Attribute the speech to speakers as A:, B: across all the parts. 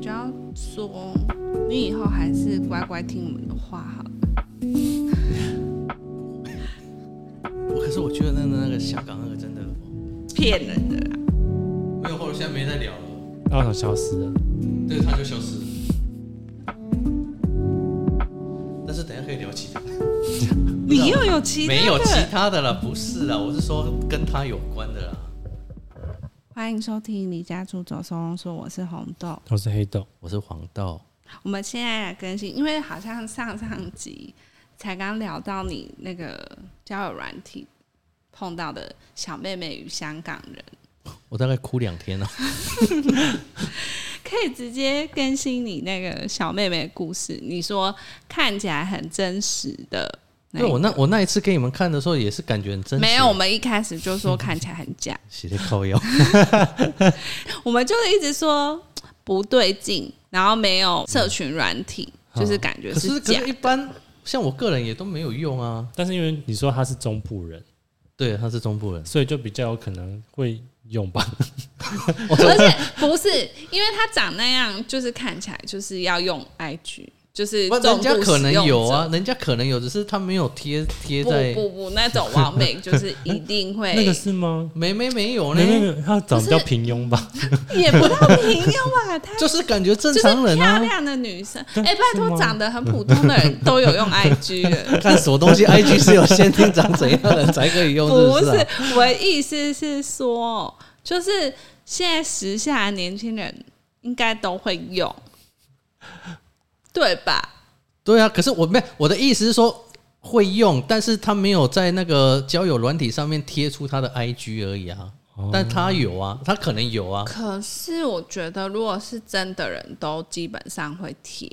A: 就要说，你以后还是乖乖听我们的话好了。
B: 我可是我觉得那个那个香港那个真的
C: 骗人的啦。
B: 没有，后来现在没在聊了，
D: 然后消失了。
B: 对，他就消失了。但是等一下可以聊其他，
A: 你又有其他的？
B: 没有其他的了，不是啦，我是说跟他有关的啦。
A: 欢迎收听《离家出走收容所》，我是红豆。
D: 我是黑豆，
B: 我是黄道，
A: 我们现在来更新，因为好像上上集才刚聊到你那个交友软体碰到的小妹妹与香港人，
B: 我大概哭两天了。啊
A: 可以直接更新你那个小妹妹的故事。你说看起来很真实的那
B: 因为
A: 个，
B: 我那我那一次给你们看的时候，也是感觉很真实。
A: 没有，我，们一开始就说看起来很假，
B: 写的靠腰。
A: 我们就是一直说不对劲，然后没有社群软体，
D: 嗯
A: 就是感觉
B: 可是可
A: 假
B: 是，一般像我个人也都没有用啊。
D: 但是因为你说他是中部人，
B: 对，他是中部人，
D: 所以就比较有可能会用吧。
A: 而且不是因为他长那样，就是看起来就是要用 IG，就是
B: 不人
A: 中
B: 家
A: 部
B: 可能
A: 使用
B: 有啊
A: 者。，
B: 人家可能有，只是他没有贴贴
A: 不
B: 在。
A: 不不，那种完美就是一定会，
B: 哎
D: 那个是吗？
B: 没没没有呢
D: 没，有没有，他长得比较
A: 不是
D: 平庸吧？
A: 也不到平庸吧？他
B: 就是感觉正
A: 就是
B: 常人
A: 漂
B: 啊。
A: 亮的女生，
D: 对
A: 哎、拜托
D: 是，吗
A: 长得很普通的人都有 用 IG 的，
B: 看什么 东西？IG 是有限定长怎样的才可以用，
A: 不
B: 是不是啊？
A: 是？我的意思是说，就是现在时下的年轻人应该都会用，对吧？
B: 对啊，可是我没有我的意思是说会用，但是他没有在那个交友软体上面贴出他的 IG 而已啊。但他有啊，他可能有啊。
A: 可是我觉得，如果是真的人都基本上会贴。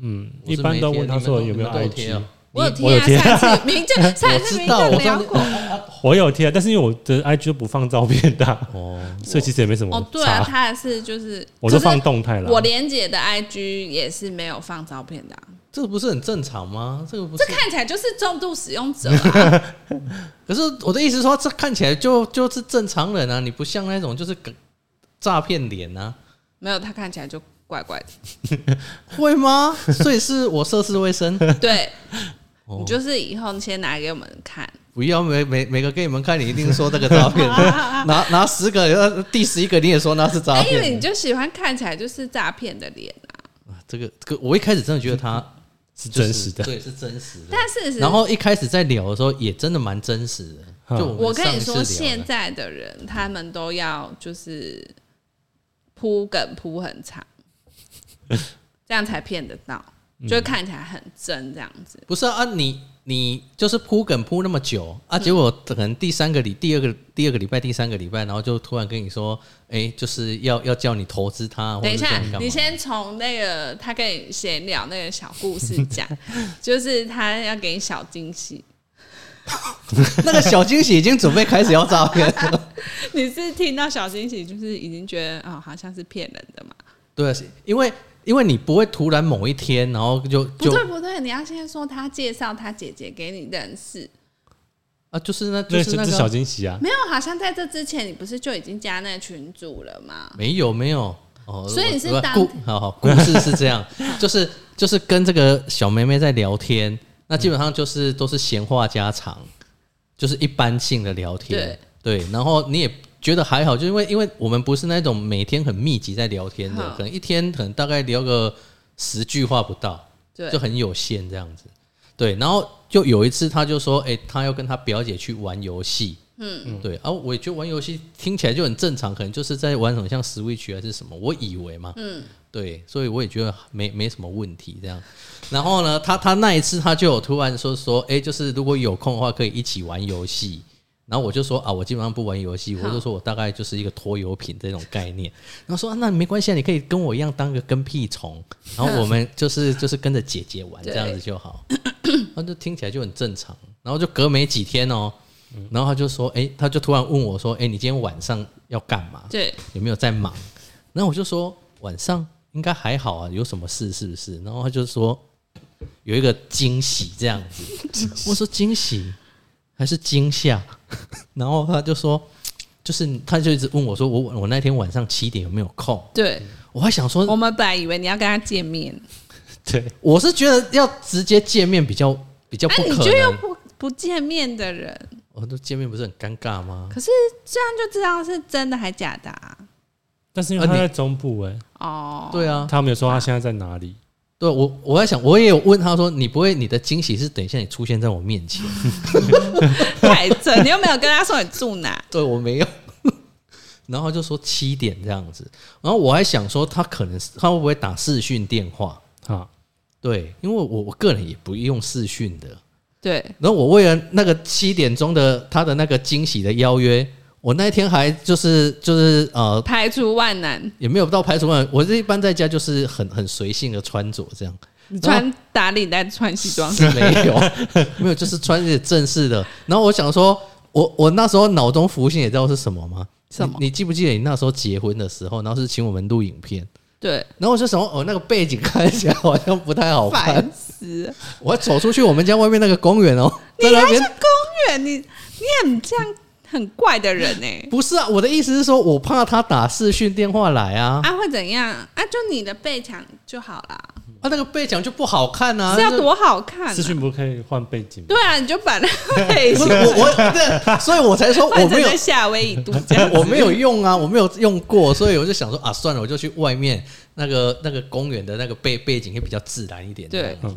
D: 嗯，
B: 我
D: 一
B: 是
D: 般都
B: 没贴
D: 问他说
B: 你
D: 有
B: 们
D: 没
B: 都你
D: 有
B: 们都贴
D: IG
B: 啊。
A: 我有
D: 我
A: 贴
D: 有
A: 啊，
D: 贴
A: 上次明就上次明
B: 知道，
A: 就
B: 我知
A: 聊
B: 道
A: 过。哦
D: 我有贴，啊但是因为我的 IG 都不放照片的啊，
B: 哦，
D: 所以其实也没什么
A: 哦，对啊，
D: 差。
A: 他也是就是，
D: 我都
A: 可是
D: 放动态了。
A: 我莲姐的 IG 也是没有放照片的啊、
B: 这个不是很正常吗？这个不是
A: 这。看起来就是重度使用者、啊，
B: 可是我的意思是说，这看起来就就是正常人啊，你不像那种就是个诈骗脸啊，
A: 没有他看起来就怪怪的。
B: 会吗？ 所以是我涉世未深，
A: 对，
B: 哦
A: 你就是以后先拿给我们看，
B: 不要每每每个给你们看，你一定说这个 诈骗，拿拿十个，呃第十一个你也说那是诈
A: 哎、因为你
B: 骗。
A: 就喜欢看起来就是诈骗的脸啊。
B: 这个这个，我一开始真的觉得他
D: 是
B: 就是
D: 真实的，
B: 对，是真实的。
A: 但事实，
B: 然后一开始在聊的时候，也真的蛮真实的。
D: 嗯
B: 就
A: 我
B: 我
A: 跟你说，现在
B: 在
A: 的人他们都要就是铺梗铺很 长，这样才骗得到，
B: 嗯
A: 就会看起来很真这样子。
B: 不是啊，啊你你就是铺梗铺那么久啊，结果可能第三个礼、第二个、第二个礼拜、第三个礼拜，然后就突然跟你说，哎，就是要要叫你投资他，或者
A: 等一
B: 哦是
A: 下
B: 叫干，嘛
A: 你先从那个他跟你闲聊那个小故事 讲，就是他要给你小惊喜。
B: 那个小惊喜已经准备开始要诈骗了。
A: 你是听到小惊喜，就是已经觉得哦，好像是骗人的嘛？
B: 对，因为因为你不会突然某一天，然后就
A: 不
B: 就
A: 对不对，你要先说他介绍他姐姐给你认识，
B: 啊，就是那
D: 那
B: 就是
D: 是
B: 那
D: 小
B: 个
D: 惊喜啊。
A: 没有？好像在这之前，你不是就已经加那群主了吗？
B: 没有没有哦，
A: 所以你是
B: 我
A: 当
B: 故好好故事是这样，就是就是跟这个小妹妹在聊天，那基本上就是都是闲话家常，就是一般性的聊天，对然后你也。觉得还好，就因为因为我们不是那种每天很密集在聊天的
A: 好，
B: 可能一天可能大概聊个十句话不到，
A: 对
B: 就，很有限这样子。对，然后就有一次他就说，哎、他要跟他表姐去玩游戏。嗯，对啊，我也觉得玩游戏听起来就很正常，可能就是在玩什么像 Switch 还是什么，我以为嘛。嗯，对，所以我也觉得没没什么问题这样。然后呢，他他那一次他就有突然说说，哎、就是如果有空的话可以一起玩游戏。然后我就说啊，我基本上不玩游戏，我就说我大概就是一个拖油瓶这种概念。然后说、啊、那没关系啊，你可以跟我一样当个跟屁虫，然后我们就是就是跟着姐姐玩这样子就好。然后就听起来就很正常。然后就隔没几天哦，然后他就说，哎、他就突然问我说，哎、你今天晚上要干嘛？
A: 对，
B: 有没有在忙？然后我就说晚上应该还好啊，有什么事是不是？然后他就说有一个惊喜这样 子，我说惊喜还是惊吓？然后他就说就是他就一直问我说我我那天晚上七点有没有空？
A: 对，
B: 我还想
A: 我
B: 说，
A: 们本来以为你要跟他见面，
D: 对，
B: 我是觉得要直接见面比较比较
A: 哎、
B: 不
A: 你
B: 可
A: 就又
B: 能，
A: 不不见面的人，
B: 我都见面不是很尴尬吗？
A: 可是这样就知道是真的还假的、啊、
D: 但是因为
B: 啊
D: 他
B: 你
D: 在中部哎、
A: 哦。
B: 对啊，
D: 他没有说他现在在哪里，
B: 对啊我我在想，我也有问他说，你不会你的惊喜是等一下你出现在我面前？
A: 太正，你又没有跟他说你住哪，
B: 对我没有。 然后就说七点这样子，然后我还想说他可能是他会不会打视讯电话？
D: 啊，
B: 对，因为我我个人也不用视讯的。
A: 对，
B: 然后我为了那个七点钟的他的那个惊喜的邀约，我那一天还就是就是呃
A: 排除万难，
B: 也没有到排除万，我是一般在家就是很很随性的穿着这样，
A: 你穿打领带穿西装，
B: 是没有 没有就是穿着正式的。然后我想说，我我那时候脑中浮现，你知道是什么吗？
A: 什么
B: 你？你记不记得你那时候结婚的时候，然后是请我们录影片，
A: 对，
B: 然后我就想说，哦，那个背景看起来好像不太好看
A: 烦，死了！
B: 我走出去我们家外面那个公园哦，在那边
A: 公园，你你很这样很怪的人欸呢、
B: 不是啊，我的意思是说，我怕他打视讯电话来啊，
A: 啊，会怎样？啊，就你的背墙就好啦，
B: 啊，那个背景就不好看啊。
A: 是要
B: 就
A: 多好看、啊
D: 资？讯不可以换背景吗？
A: 对啊，你就把那背
B: 不
A: 景
B: 是我我对，所以我才说 我
A: 换成
B: 没有，
A: 在夏威夷度假
B: 我没有用啊，我没有用过，所以我就想说啊，算了，我就去外面那个那个公园的那个背背景会比较自然一点。
A: 对
D: 嗯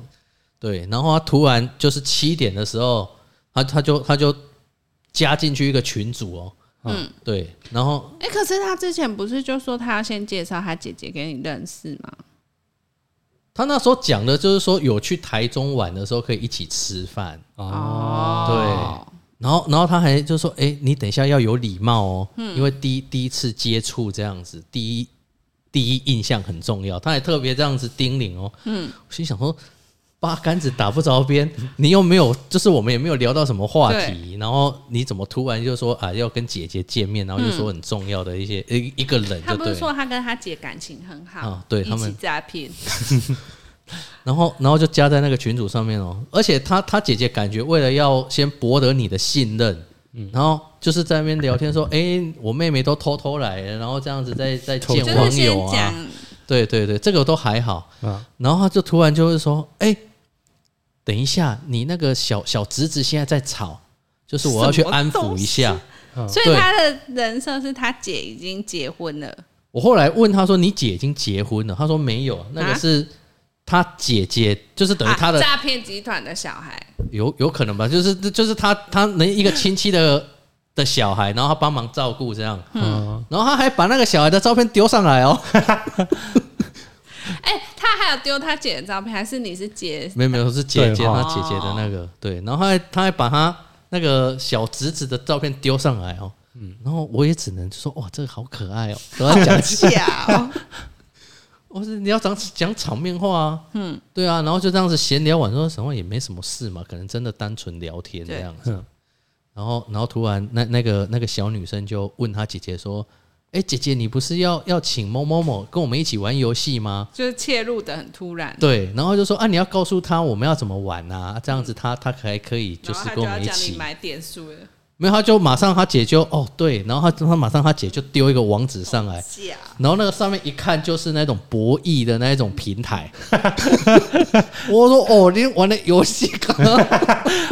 B: 对，然后他突然就是七点的时候，他他就他就加进去一个群组哦，
A: 嗯，
B: 对，然后
A: 哎、可是他之前不是就说他要先介绍他姐姐给你认识吗？
B: 他那时候讲的就是说有去台中玩的时候可以一起吃饭，
D: 哦，
B: 对，然后，然后他还就说：“哎、你等一下要有礼貌哦，
A: 嗯
B: 因为第一第一次接触这样子，第一第一印象很重要。”他还特别这样子叮咛哦。嗯，我心想说，八竿子打不着边，你又没有，就是我们也没有聊到什么话题，然后你怎么突然就说啊要跟姐姐见面，然后又说很重要的一些一、一个人，
A: 嗯他
B: 就
A: 不
B: 对
A: 是
B: 了。
A: 说他跟他姐感情很好，
B: 啊对
A: 一
B: 他
A: 起
B: 们
A: 诈骗，
B: 然后，然后就加在那个群组上面哦。而且他他姐姐感觉为了要先博得你的信任，然后就是在那边聊天说：“哎、我妹妹都偷偷来了，然后这样子在在见
A: 就
B: 网
A: 是先
B: 友啊。
A: 讲”
B: 对对对，这个都还好。
D: 啊，
B: 然后他就突然就会说：“哎、等一下，你那个小小侄子现在在吵，就是我要去安抚一
A: 什
B: 下。”
A: 所以
B: 嗯对
A: 他的人设是他姐已经结婚了，
B: 我后来问他说：“你姐已经结婚了？”他说：“没有，那个
A: 啊
B: 是他姐姐，就是等于他的
A: 啊诈骗集团的小孩，
B: 有有可能吧，就是就是他他能一个亲戚的的小孩，然后他帮忙照顾这样，
D: 嗯，
B: 然后他还把那个小孩的照片丢上来哦，
A: 哎、他还有丢他姐的照片，还是你是姐？
B: 没有没有是姐姐
D: 对哦
B: 他
D: 哈
B: 姐姐的那个对，然后他还他还把他那个小侄子的照片丢上来哦，
D: 嗯
B: 然后我也只能说哇这个好可爱哦， 都要讲起，
A: 假，
B: 我是你要讲讲场面话啊，嗯，对啊，然后就这样子闲聊完，说什么也没什么事嘛，可能真的单纯聊天这样子
D: 对嗯。
B: 然后，然后突然那那个那个小女生就问她姐姐说：“哎、姐姐，你不是要要请某某某跟我们一起玩游戏吗
A: 就是切入的很突然？”，
B: 对，然后就说啊，你要告诉她我们要怎么玩啊，这样子她她才可以
A: 嗯
B: 就
A: 然后
B: 是
A: 他
B: 跟
A: 就
B: 我
A: 要
B: 们一
A: 叫你
B: 起。
A: 买点数了，
B: 没有，她就马上她姐就哦对，然后她她马上她姐就丢一个网址上来，
A: 假，
B: 然后那个上面一看就是那种博弈的那一种平台， 我说哦，你玩的游戏刚刚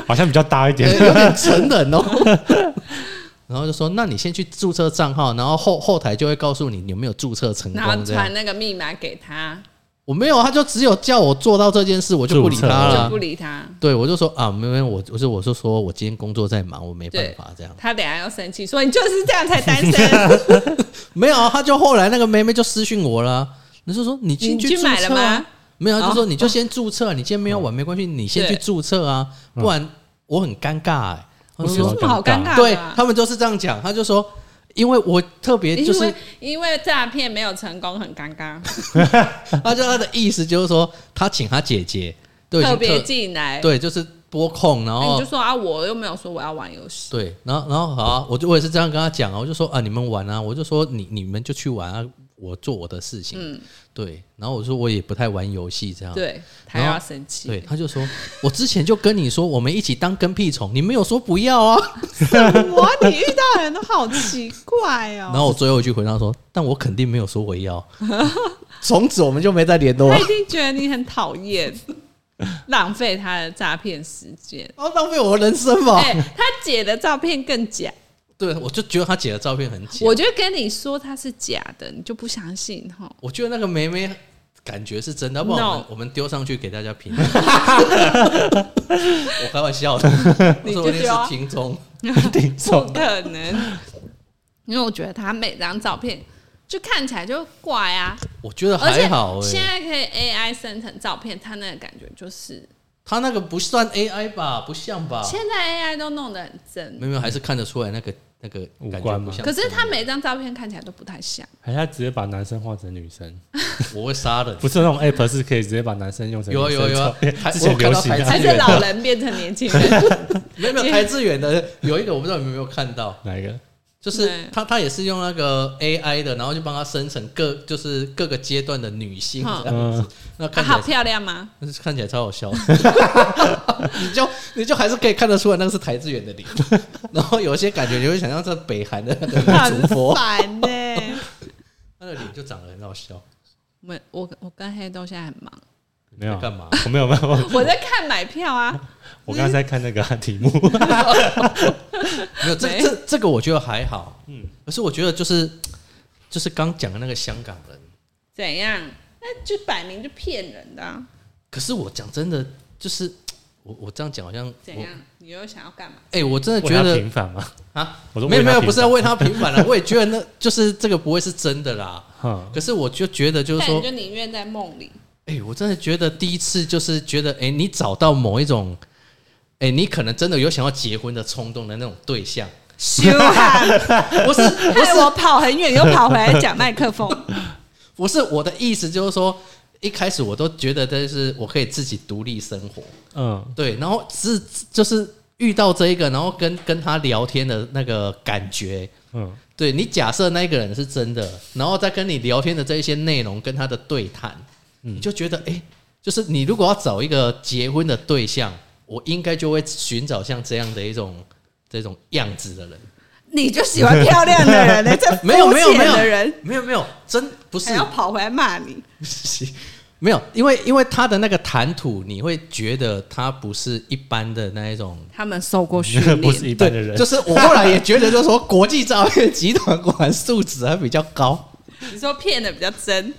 D: 好像比较大一点，
B: 有点成人哦。 然后就说，那你先去注册账号，然后后后台就会告诉你有没有注册成
A: 然后
B: 功这样
A: 传。那个密码给他，
B: 我没有，他就只有叫我做到这件事，我就不理他
D: 啊
A: 就
B: 了
A: 不。理他。
B: 对，我就说啊，没有没有，我我是我是说我今天工作在忙，我没办法这样。
A: 他等一下要生气，说你就是这样才单 身，
B: 没有啊，他就后来那个妹妹就私讯我了，你就说你进
A: 你
B: 去
A: 去
B: 注册啊
A: 买了吗？
B: 没有，他就
A: 哦嗯
B: 说你就先注册，你今天没有玩没关系，你先去
A: 对嗯
B: 注册啊，不然我很尴尬哎。他就
D: 为什
A: 有
B: 说
A: 什么好尴尬
B: 对
A: 的啊？
B: 他们就是这样讲，他就说，因为我特别就
A: 因
B: 是
A: 为，因为诈骗没有成功很尴尬，
B: 他就他的意思就是说，他请他姐姐，对，已经
A: 特别进来，
B: 对，就是拨控，然
A: 那你
B: 后
A: 就说啊，我又没有说我要玩游戏，
B: 对，然后然后好啊、我就我也是这样跟他讲啊，我就说啊，你们玩啊，我就说你你们就去玩啊，我做我的事情，
A: 嗯，
B: 对。然后我说我也不太玩游戏这样，
C: 对，他
B: 啊然
C: 又
B: 后
C: 要生气，
B: 对，他就说我之前就跟你说我们一起当跟屁虫，你没有说不要啊。
A: 我你遇到的人都好奇怪
B: 然
A: 哦。
B: 后我最后一句回答说，但我肯定没有说我要。 从此我们就没再联络
A: 他
B: 了
A: 一。定觉得你很讨厌，浪费他的诈骗时间。
B: 哦，浪费我的人生吧。
A: 哎、他姐的照片更假，
B: 对，我就觉得他姐的照片很假。
A: 我
B: 我
A: 就跟你说他是假的，你就不相信哈。
B: 我觉得那个梅梅感觉是真的，要不然我们
A: No
B: 我们丢上去给大 家评。我开玩笑的，我
A: 你
B: 说
A: 就
B: 我一定
A: 丢啊
B: 是听众。
D: 顶
A: 不
D: 重。
A: 可能，因为我觉得他每张照片就看起来就怪啊，
B: 我觉得
A: 而且
B: 还好哎、
A: 现在可以 AI 生成照片，他那个感觉就是
B: 他那个不算 AI 吧，不像吧？
A: 现在 AI 都弄得很真，
B: 哦没有，还是看得出来那个那个
D: 五
B: 感觉
D: 官
B: 不
D: 吗
B: 像。
A: 可是他每张照片看起来都不太 像。
D: 还是他直接把男生画成女生，
B: 我会杀人。
D: 不是那种 app 是可以直接把男生用成女
B: 有啊
D: 生
B: 有啊有啊
D: 照片
B: 台
D: 之前
B: 我有看
D: 流
B: 到
D: 行啊
B: 台
D: 的
B: 资
A: 还
B: 源
A: 是老人变成年轻 人，
B: 没有没有，台志远的有一个我不知道你们有没有看到，
D: 哪一个？
B: 就是
A: 对
B: 他他也是用那个 AI 的，然后就帮他生成各就是各个阶段的女性
A: 嗯
B: 这样子
D: 嗯，
B: 那
A: 啊
B: 看起
A: 好
B: 来
A: 漂亮吗？
B: 但是看起来超好笑， 你就你就还是可以看得出来那个是台志远的脸， 然后有一些感觉你会想象这北韩的那个 女主
A: 很
B: 播，
A: 烦呢、
B: 他的脸就长得很好笑，
A: 我们我我跟黑豆现在很忙，
D: 没有啊
B: 在干嘛？
D: 我没有没有，我
A: 我在看买票啊。
D: 我刚才在看那个题目，
B: 没有这
A: 没
B: 这这个我觉得还好，嗯，可是我觉得就是就是刚讲的那个香港人，
A: 怎样？那就摆明就骗人的、啊。
B: 可是我讲真的就是我我这样讲好像
A: 怎
B: 我
A: 样？你又想要干嘛？
B: 哎、我真的
D: 我
B: 觉得
D: 平凡嘛，
B: 啊，
D: 我说
B: 没有
D: 为
B: 没
D: 他
B: 有，
D: 平
B: 不是要为他平 反了，啊我也觉得那就是这个不会是真的啦。
D: 哈，
B: 可是我就觉得就是
A: 但
B: 说
A: 你就，宁愿在梦里。
B: 哎、我真的觉得第一次就是觉得，哎、你找到某一种，哎、你可能真的有想要结婚的冲动的那种 对象，
A: 羞汗，
B: 不是不
A: 害
B: 是
A: 哎我跑很远，又跑回来讲麦克 风。
B: 不是我的意思，就是说一开始我都觉得这是我可以自己独立生活，
D: 嗯，
B: 对，然后是就是遇到这一个，然后跟跟他聊天的那个感觉，
D: 嗯，
B: 对你假设那一个人是真的，然后再跟你聊天的这一些内容跟他的对谈，
D: 嗯
B: 你就觉得哎、诶就是你如果要找一个结婚的对象，我应该就会寻找像这样的一种这种样子的人。
A: 你就喜欢漂亮的人 呢、这
B: 没有
A: 肤
B: 没有
A: 浅
B: 没有
A: 的人
B: 没有没有，真不是
A: 还要跑回来骂你，
B: 没有，因为因为他的那个谈吐，你会觉得他不是一般的那一种。
A: 他们受过 训
D: 不是
A: 练，
D: 一般的人，
B: 就是我后来也觉得，就是说国际诈骗集团果然素质还比较高。
A: 你说骗的比较真，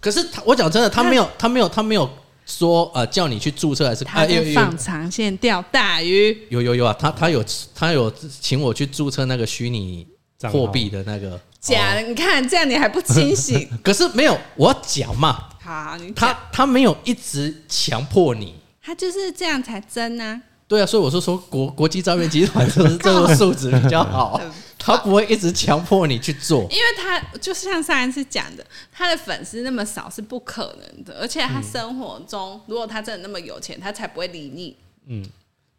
B: 可是他，我讲真的，他没有，他没有，他没有说呃，叫你去注册还是
A: 他
B: 啊有
A: 在
B: 有
A: 放长线钓大鱼。
B: 有有有啊，他他有他有请我去注册那个虚拟货币的那个
A: 假
B: 哦
A: 的，你看这样你还不清醒。
B: 可是没有，我要讲嘛，
A: 好，你
B: 他
A: 他
B: 他没有一直强迫你。
A: 他就是这样才真啊，
B: 对啊，所以我是说国国际诈骗集团就是这种素质比 较好，他不会一直强迫你去做。
A: 因为他就像上一次讲的，他的粉丝那么少是不可能的，而且
B: 嗯
A: 他生活中、如果他真的那么有钱，他才不会理你。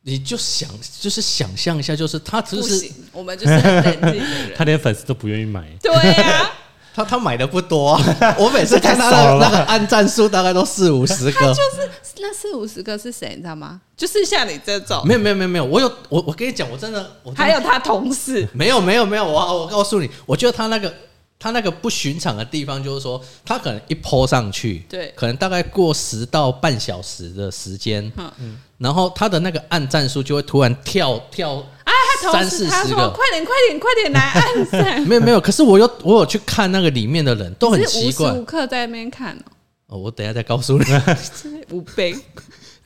B: 你就想就是想象一下，就是他只
A: 不
B: 是
A: 行，我们就是很冷静的人。
D: 他连粉丝都不愿意买，
A: 对啊，
B: 他他买的不多啊、 我每次看他
D: 太少
B: 的
D: 了
B: 那个按赞数大概都四五十个，
A: 就是那四五十个是谁，你知道吗？就是像你这种，
B: 没有没有没有没有，我有我我跟你讲，我真的我真的
A: 还有他同 事，
B: 没有没有没有，我我告诉你，我觉得他那个他那个不寻常的地方就是说，他可能一泼上去，
A: 对
B: 可能大概过十到半小时的时间，
A: 嗯
B: 然后他的那个按赞数就会突然跳跳
A: 啊，他同
B: 三四
A: 事他
B: 十
A: 说
B: 个，
A: 快点快点快点来按赞，
B: 没有没有，可是我有我有去看那个里面的人 都很
A: 你是
B: 奇
A: 无
B: 怪
A: 时，无刻在那边看哦，
B: 哦，我等一下再告诉 你，
A: 真的无悲。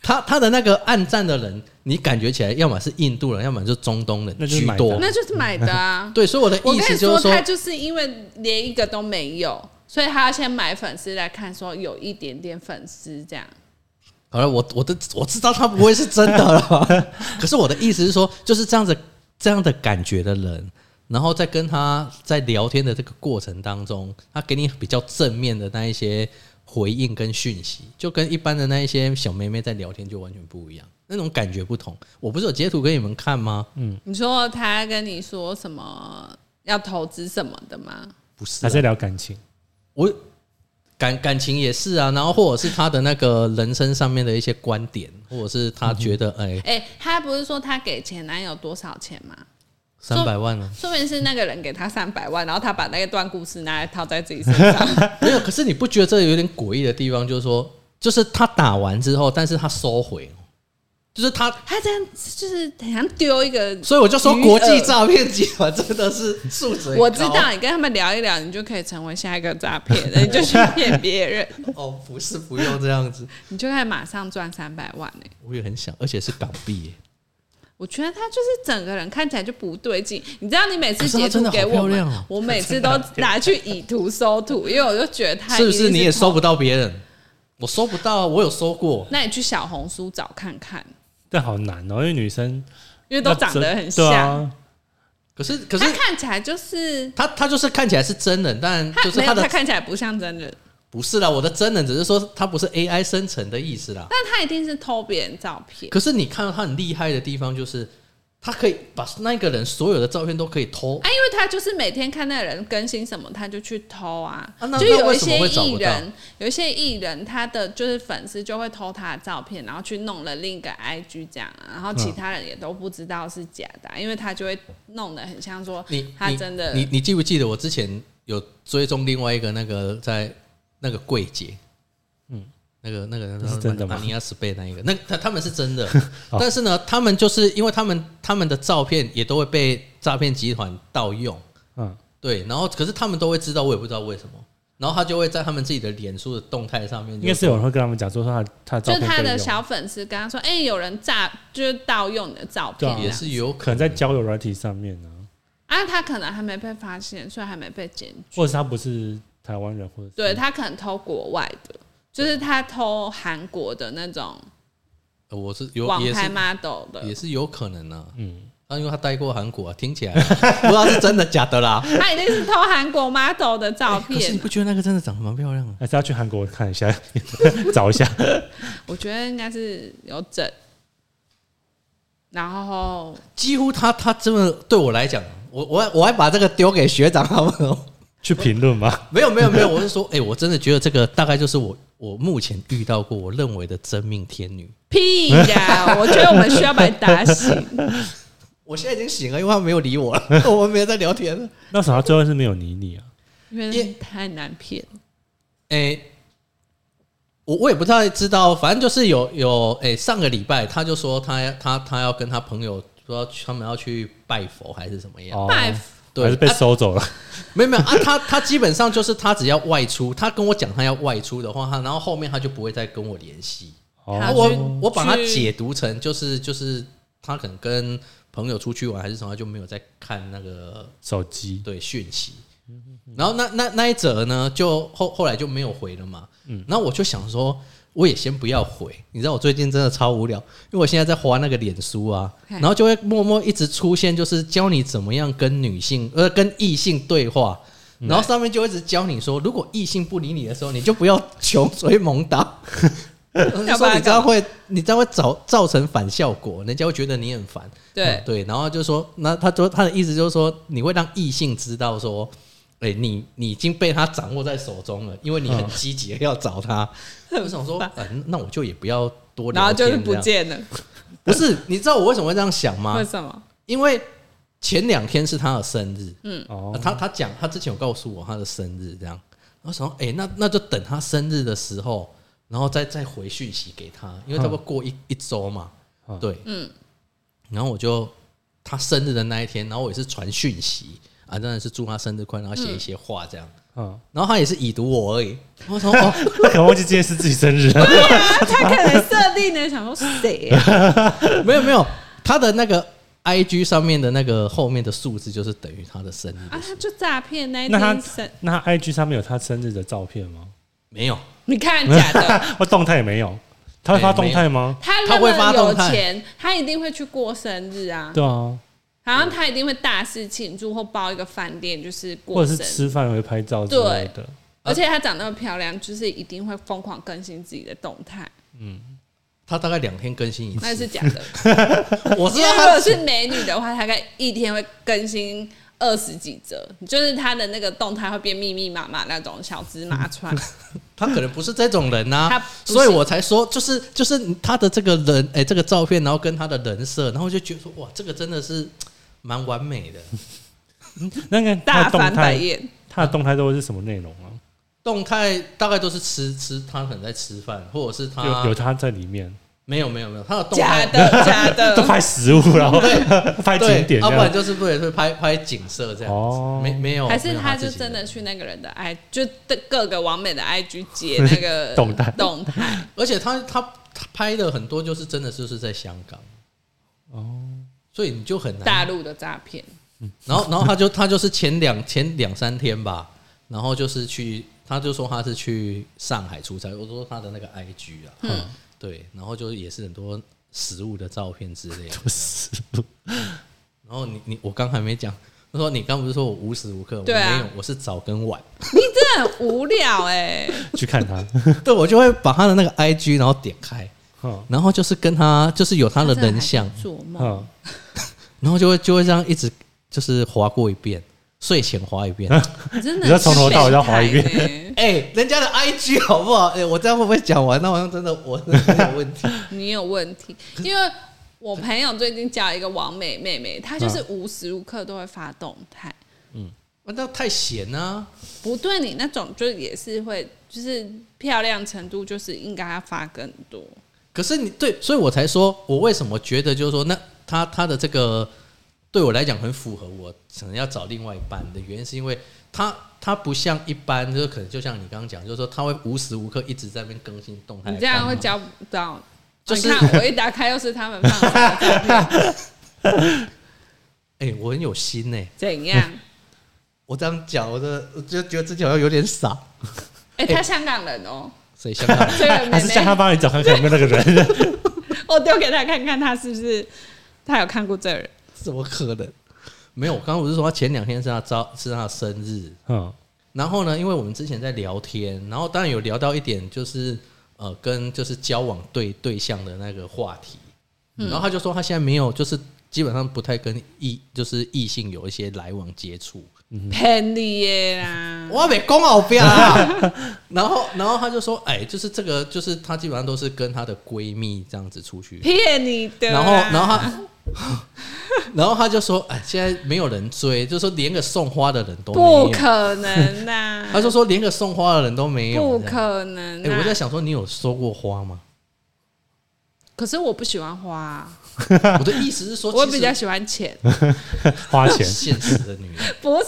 B: 他他的那个按赞的人，你感觉起来要么是印度人，要么是中东人
D: 那就是
B: 居
D: 买
B: 多
D: 单，
A: 那就是买的啊。
B: 对，所以我的
A: 我
B: 意
A: 跟
B: 思
A: 你
B: 就是
A: 他就是因为连一个都没有，所以他要先买粉丝来看，说有一点点粉丝这样。
B: 好了，我我的我知道他不会是真的了，可是我的意思是说，就是这样子这样的感觉的人，然后在跟他在聊天的这个过程当中，他给你比较正面的那一些回应跟讯息，就跟一般的那一些小妹妹在聊天就完全不一样，那种感觉不同。我不是有截图给你们看吗？
A: 你说他跟你说什么要投资什么的吗？
B: 不是
D: 还
B: 啊、
D: 在聊感情，
B: 我感感情也是啊，然后或者是他的那个人生上面的一些观点，或者是他觉得哎
A: 哎、她不是说她给前男友多少钱吗？
B: 三百万呢、
A: 说不定是那个人给她三百万，然后她把那一段故事拿来套在自己身 上。
B: 没有，可是你不觉得这有点诡异的地方？就是说，就是他打完之后，但是他收回，哦就是他，
A: 她这样就是好像丢一个，
B: 所以我就说国际诈骗集团真的是 素质很
A: 呃
B: 高。
A: 我知道你跟他们聊一聊，你就可以成为下一个诈 骗人，你就去骗别人，
B: 哦，不是不用这样子，
A: 你就可以马上赚三百万呢、欸
B: 我也很想，而且是港币耶，
A: 我觉得她就是整个人看起来就不对劲，你知道，你每次
B: 可是她
A: 截
B: 真
A: 图
B: 的
A: 给
B: 好
A: 我
B: 漂亮
A: 们
B: 哦，
A: 我每 次都拿去以图搜图，因为我就觉得她
B: 是不是？你也收
A: 不？
B: 不到别人，我收不到啊，我有收过，
A: 那你去小红书找看看，
D: 但好难哦，因为女生
A: 因为都长得很
D: 对
A: 像，
D: 啊，
B: 可是可
A: 她
B: 是
A: 看起来就是
B: 他他就是看起来是真人，但
A: 她
B: 就是
A: 没
B: 他
A: 有，
B: 的
A: 她看起来不像真人，
B: 不是啦，我的真人只是说他不是 AI 生成的意思啦。
A: 但她一定是偷别人照片。
B: 可是你看到他很厉害的地方，就是他可以把那个人所有的照片都可以偷
A: 啊，因为他就是每天看那个人更新什么，他就去偷啊。
B: 啊那
A: 就
B: 那
A: 有
B: 为
A: 一
B: 什么
A: 些
B: 会找
A: 艺
B: 不
A: 人，有一些艺人，他的就是粉丝就会偷他的照片，然后去弄了另一个 IG 这样啊，然后其
B: 嗯
A: 他人也都不知道是假的啊、因为他就会弄得很像说
B: 你
A: 他
B: 你
A: 真的
B: 你你记不记得我之前有追踪另外一个那个在那个柜姐，嗯，那个那个
D: 这是真的吗哦
B: 马尼亚斯贝那一个，那他他们是真 的，但是呢，他们就是因为他们他们的照片也都会被诈骗集团盗用，
D: 嗯，
B: 对，然后可是他们都会知道，我也不知道为什么，然后他就会在他们自己的脸书的动态上面就，
D: 应该是有人会跟他们讲说他的他的
A: 就
D: 照
A: 是
D: 片
A: 他
D: 被
A: 的
D: 用，
A: 小粉丝跟他说，哎、有人诈，就是盗用你的照片
D: 对啊
A: 这
B: 也
A: 样
B: 是有
D: 可能在交友软体上面呢、
A: 啊，他可能还没被发现，所以还没被检举。
D: 或者是他不是台湾人，或者是
A: 对他可能偷国外的，就是他偷韩国的那种
B: 呃我是有
A: 网
B: 也
A: 拍
B: 是
A: model 的，
B: 也是有可能啊，
D: 嗯，
B: 啊，因为他待过韩国啊，听起来啊 不知道是真的假的啦。
A: 他一定是偷韩国 model 的照
B: 哎可是
A: 片
B: 你。不觉得那个真的长得蛮漂亮的？
D: 还是要去韩国看一下， 找一下。
A: 我觉得应该是有整，然后
B: 几乎他他真的对我来讲，我我还我还把这个丢给学长他们哦。
D: 去评论吗？
B: 没有没有没有，我是说， 哎、我真的觉得这个大概就是我我目前遇到过我认为的真命天女。
A: 屁呀！我觉得我们需要把你打醒。
B: 我现在已经醒了，因为他没有理我了， 我们没有在聊天了。
D: 那为什么他最后是没有理你啊？
A: 因为太难骗了，
B: 哎、我我也不太知道，反正就是有有哎、上个礼拜他就说他他他要跟他朋友说他们要去拜佛还是怎么样，
D: 哦
A: 拜
B: 对
D: 还是被
B: 啊
D: 收走了？
B: 没有没有啊，他他基本上就是他只要外出，他跟我讲他要外出的话，他然后后面他就不会再跟我联系。
A: 他
B: 啊
A: 去
D: 哦，
B: 我我把它
A: 去
B: 解读成就是就是他可能跟朋友出去玩还是什么，他就没有在看那个
D: 手机
B: 对讯息。然后那那那一则呢，就后后来就没有回了嘛。然后我就想说，我也先不要回。你知道我最近真的超无聊，因为我现在在划那个脸书啊，
A: 嘿
B: 然后就会默默一直出现，就是教你怎么样跟女性呃跟异性对话。然后上面就一直教你说，如果异性不理你的时候，你就不要穷追猛打，
A: 要
B: 要
A: 不
B: 说
A: 然
B: 你这样会，你这样会造造成反效果，人家会觉得你很烦。嗯
A: 对，
B: 对，然后就说，那他说他的意思就是说，你会让异性知道说，哎、你你已经被他掌握在手中了，因为你
A: 嗯
B: 很积极地要 找他。我想说，呃那我就也不要多聊
A: 然后
B: 天这
A: 就
B: 样，啊
A: 是不见了。
B: 不是，你知道我为什么会这样想吗
A: 为？什 么？
B: 因为前两天是他的生日，
D: 哦
A: 嗯
B: 啊，他他讲他之前有告诉我他的生日这样，然后想说，哎、那那就等他生日的时候，然后再再回讯息给他，因为差不多过一、一周嘛，
D: 嗯
B: 对，嗯，然后我就他生日的那一天，然后我也是传讯息啊，当然是祝他生日快乐，然后写一些话这样，
D: 嗯，
B: 然后他也是已读我而已，我说哦，
D: 他可能忘记今天是自己生日了。
A: 他可能设定的想说谁啊？
B: 没有没有，他的那个 I G 上面的那个后面的数字就是等于他的生日，
A: 啊他就诈骗那一
D: 那他
A: 天生，
D: 那他 IG 上面有他生日的照片吗？
B: 没有，
A: 你看假 的。
D: 或动态也没有？他会发
B: 哎没
D: 动
B: 有
D: 态吗？
A: 他
B: 他
A: 如
B: 会
A: 果
B: 发
A: 有
B: 动态
A: 钱，他一定会去过生日啊。
D: 对啊，
A: 好像他一定会大肆庆祝或包一个饭店，就是
D: 或
A: 过
D: 者是
A: 生日。
D: 吃饭会拍照之类的。
A: 而且她长那么漂亮，就是一定会疯狂更新自己的动态，
B: 他大概两天更新一
A: 那是
B: 次，
A: 假的。
B: 我 知
A: 因为
B: 道
A: 如
B: 他
A: 果是美女的话，大概一天会更新二十几折，就是他的那个动态会变密密麻麻那种小芝麻
D: 嗯
A: 串，
B: 他可能不是这种人呐、
A: 他
B: 啊
A: 不，是
B: 所以我才说，就是就是他的这个人，哎、这个照片，然后跟他的人设，然后就觉得说，哇，这个真的是蛮完美的。
D: 那个他
A: 大
D: 的动
A: 翻白
D: 态，
A: 眼。
D: 他的动态都是什么内容啊？
B: 动态大概都是吃 吃，他可能在吃饭，或者是他
A: 啊
D: 有有他在里面，
A: 嗯
B: 没有没有没有他的动
A: 假
B: 态
A: 的，假的，
D: 都拍食物，然后 拍景
B: 对，
D: 点
B: 要、不
D: 这
B: 然
A: 啊
D: 样。
B: 就是不然会拍拍景色这样子，
D: 哦
B: 没没有，
A: 还是
B: 没有
A: 他
B: 自
A: 就
B: 己
A: 真的去那个人的 i 就各各个网美的 IG 截那个
D: 动态
A: 动态，
B: 而且他他他拍的很多就是真的就是在香港，
D: 哦，
B: 所以你就很难
A: 大陆的诈骗，
B: 然后，然 后他就他就是前两前两三天吧，然后就是去，他就说他是去上海出差。我说他的那个 IG 啊，嗯，对，然后就是也是很多食物的照片之类的。
D: 食物，
B: 然后你你我刚还没讲，他说你刚不是说我无时无刻我
A: 对啊
B: 没有，我是早跟晚，
A: 真的很无聊哎、
D: 去看他。
B: 对我就会把他的那个 IG 然后点开，
D: 嗯
B: 然后就是跟他就是有他的人像，
A: 做梦，
D: 嗯，
B: 然后就会就会这样一直就是划过一遍，睡前划一遍。
A: 真的
D: 你要从头到尾要滑一遍
A: 很变态欸
B: 哎、人家的 IG 好不好？哎、我这样会不会讲完？那好像真的我真的 有问题。
A: 你有问题，因为我朋友最近交了一个王美妹妹，她
B: 啊
A: 就是无时无刻都会发动态，
B: 那太闲啊！
A: 不对你那种就也是会，就是漂亮程度就是应该要发更多，
B: 可是你对，所以我才说，我为什么觉得就是说，那他他的这个对我来讲很符合我可能要找另外一半的原因，是因为他他不像一般，就是可能就像你刚刚讲，就是说他会无时无刻一直在那边更新动态。
A: 你这样会交不到。
B: 就是
A: 你看，我一打开又是他们放出来的照片，
B: 哎、我很有心呢、
A: 怎样？
B: 我这样讲，我的我就觉得自己好像有点傻。
A: 哎、他香港人哦、
B: 所哎以香港
A: 这个
D: 还
A: 妹
D: 是叫他
A: 妹，
D: 帮你找看看有没有那个人。
A: 我丢给他看看，他是不是他有看过这个人？
B: 怎么可能？没有，我刚刚不是说他前两天是他招是他的生日，
D: 嗯，
B: 然后呢，因为我们之前在聊天，然后当然有聊到一点，就是呃，跟就是交往对对象的那个话题。
A: 嗯
B: 然后他就说他现在没有，就是基本上不太跟异，就是异性有一些来往接触。
A: 骗你耶啦！
B: 嗯我没公好 标啊。然后，然后他就说，哎，就是这个，就是他基本上都是跟她的闺蜜这样子出去。
A: 骗你的啦。
B: 然后，然后他。 然后他就说：“哎，现在没有人追，就是说连个送花的人都没有
A: 不。可能啊呐、
B: 他就说连个送花的人都没有。
A: 不
B: 这样
A: 可能、
B: 哎、
A: 啊
B: 我在想说，你有收过 花吗？
A: 可是我不喜欢花、啊
B: 我的意思是说，
A: 我
B: 其实
A: 比较喜欢 钱。
D: 花钱
B: 现实的 女人
A: 不是，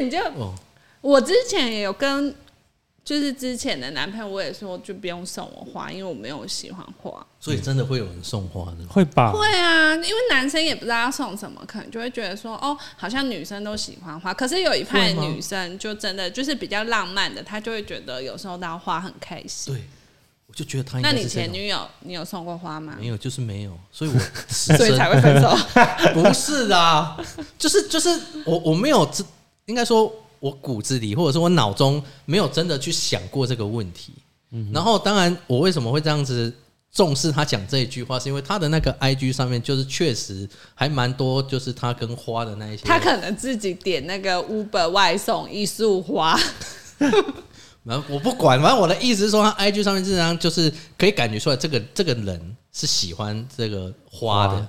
A: 因为你就
B: 哦，
A: 我之前也有跟，就是之前的男朋友，我也说就不用送我花，因为我没有喜欢花。
B: 所以真的会有人送花的。
D: 会吧？
A: 会啊，因为男生也不知道要送什么，可能就会觉得说，哦，好像女生都喜欢花，可是有一派
B: 会吗
A: 女生就真的就是比较浪漫的，她就会觉得有收到花很开心。
B: 对，我就觉得他应
A: 那
B: 该
A: 你
B: 是这
A: 前
B: 种
A: 女友，你有送过花吗
B: 没？有，就是没有，所 以我此
A: 所以
B: 生
A: 才会分 手。
B: 不是啦，就是就是我我没有真，应该说我骨子里或者是我脑中没有真的去想过这个问题。
A: 嗯
B: 然后当然，我为什么会这样子重视他讲这一句话，是因为他的那个 IG 上面就是确实还蛮多，就是他跟花的那一些，
A: 他可能自己点那个 Uber 外送一束花，
B: 然后我不管，反正我的意思是说，他 IG 上面这张就是可以感觉出来，这个这个人是喜欢这个花的
D: 花。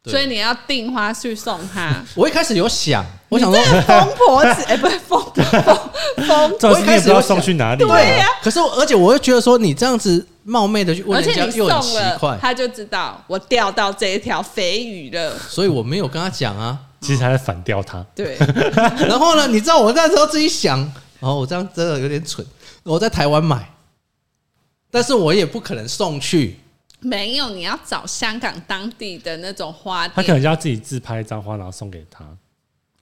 B: 对
A: 所以你要订花去送他。
B: 我一开始有想， 我想说，
A: 疯婆 子，哎、不是疯疯 疯，
D: 这种事你也不知道送去哪里。啊
B: 对呀、
A: 啊
B: 可是我而且我又觉得说，你这样子冒昧的去问
A: 而
B: 人
A: 且
B: 家
A: 你
B: 又
A: 送
B: 很奇
A: 了，
B: 怪，
A: 他就知道我钓到这一条肥鱼 了。
B: 所以我没有跟他讲啊。
D: 其实他在反调他。
A: 对，
B: 然后呢，你知道我那时候自己想，哦，我这样真的有点蠢。我在台湾买，但是我也不可能送去。
A: 没有，你要找香港当地的那种花
D: 他可
A: 店。
D: 能要自己自拍一张花，然后送给他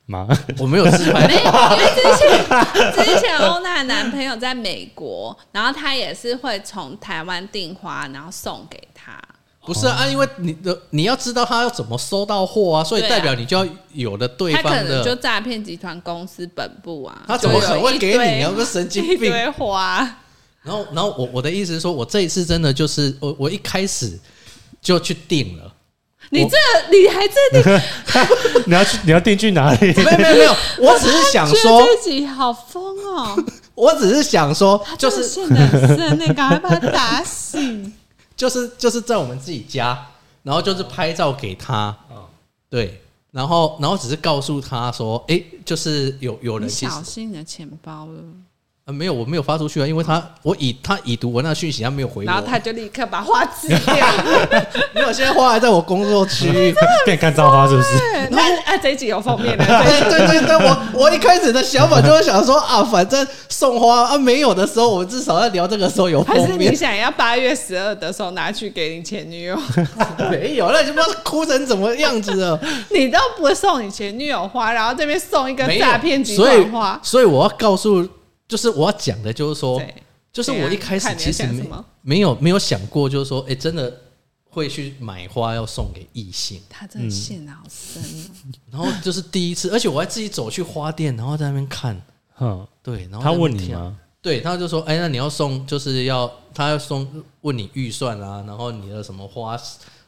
D: 妈。
B: 我没有自拍，
A: 没有，因为之前 之前欧娜的男朋友在美国，然后他也是会从台湾订花，然后送给他。
B: 不是啊，因为你的你要知道他要怎么收到货啊，所以
A: 对啊
B: 代表你就要有了对
A: 他
B: 方
A: 可能就
B: 的。
A: 诈骗集团公司本部啊，
B: 他怎么可能会给
A: 就有一
B: 你？
A: 堆
B: 你要不是神 经
A: 一
B: 病。
A: 堆花，
B: 然后，然后 我我的意思是说，我这一次真的就是我我一开始就去订了，
A: 你这你还制 定
D: 你要去你要定去哪 里？
B: 没有没有没有，我只是想
A: 觉
B: 说
A: 得，自己好疯哦， 啊
B: 我只是想说，就
A: 真的
B: 是
A: 陷得很深呢，赶快把他打醒。
B: 就是就是在我们自己家，然后就是拍照给他，
A: 哦
B: 对，然后然后只是告诉他说，哎、就是有有人
A: 你
B: 其实
A: 小心你的钱包了，
B: 呃没有，我没有发出去啊，因为他我已他已读我那讯息，他没有回我，
A: 然后他就立刻把话吃 掉。
B: 没有，现在花还在我工作区域。
D: 变干燥花是不是？
A: 对那啊，这一集有封面 的，
B: 对对对对，我我一开始的想法就是想说啊，反正送花啊没有的时候，我们至少要聊这个时候有
A: 还是
B: 封
A: 你
B: 面。
A: 想要八月十二的时候拿去给你前女友？
B: 没有，那你就不知道哭成怎么样子了。
A: 你都不送你前女友花，然后这边送一个
B: 没有
A: 诈骗集
B: 所以
A: 团花，
B: 所以我要告诉，就是我要讲的，就是说，
A: 对，啊
B: 就是我一开始其实
A: 看你在想
B: 没
A: 什么
B: 没有没有想过，就是说，哎、真的会去买花要送给异性，
A: 他真的陷得好深哦。
B: 然后就是第一次，而且我还自己走去花店，然后在那边看，
D: 嗯，
B: 对，然后
D: 他
B: 在那边
D: 问啊你
B: 挑
D: 吗？
B: 对，他就说：“哎、那你要送，就是要他要送，问你预算啊，然后你的什么花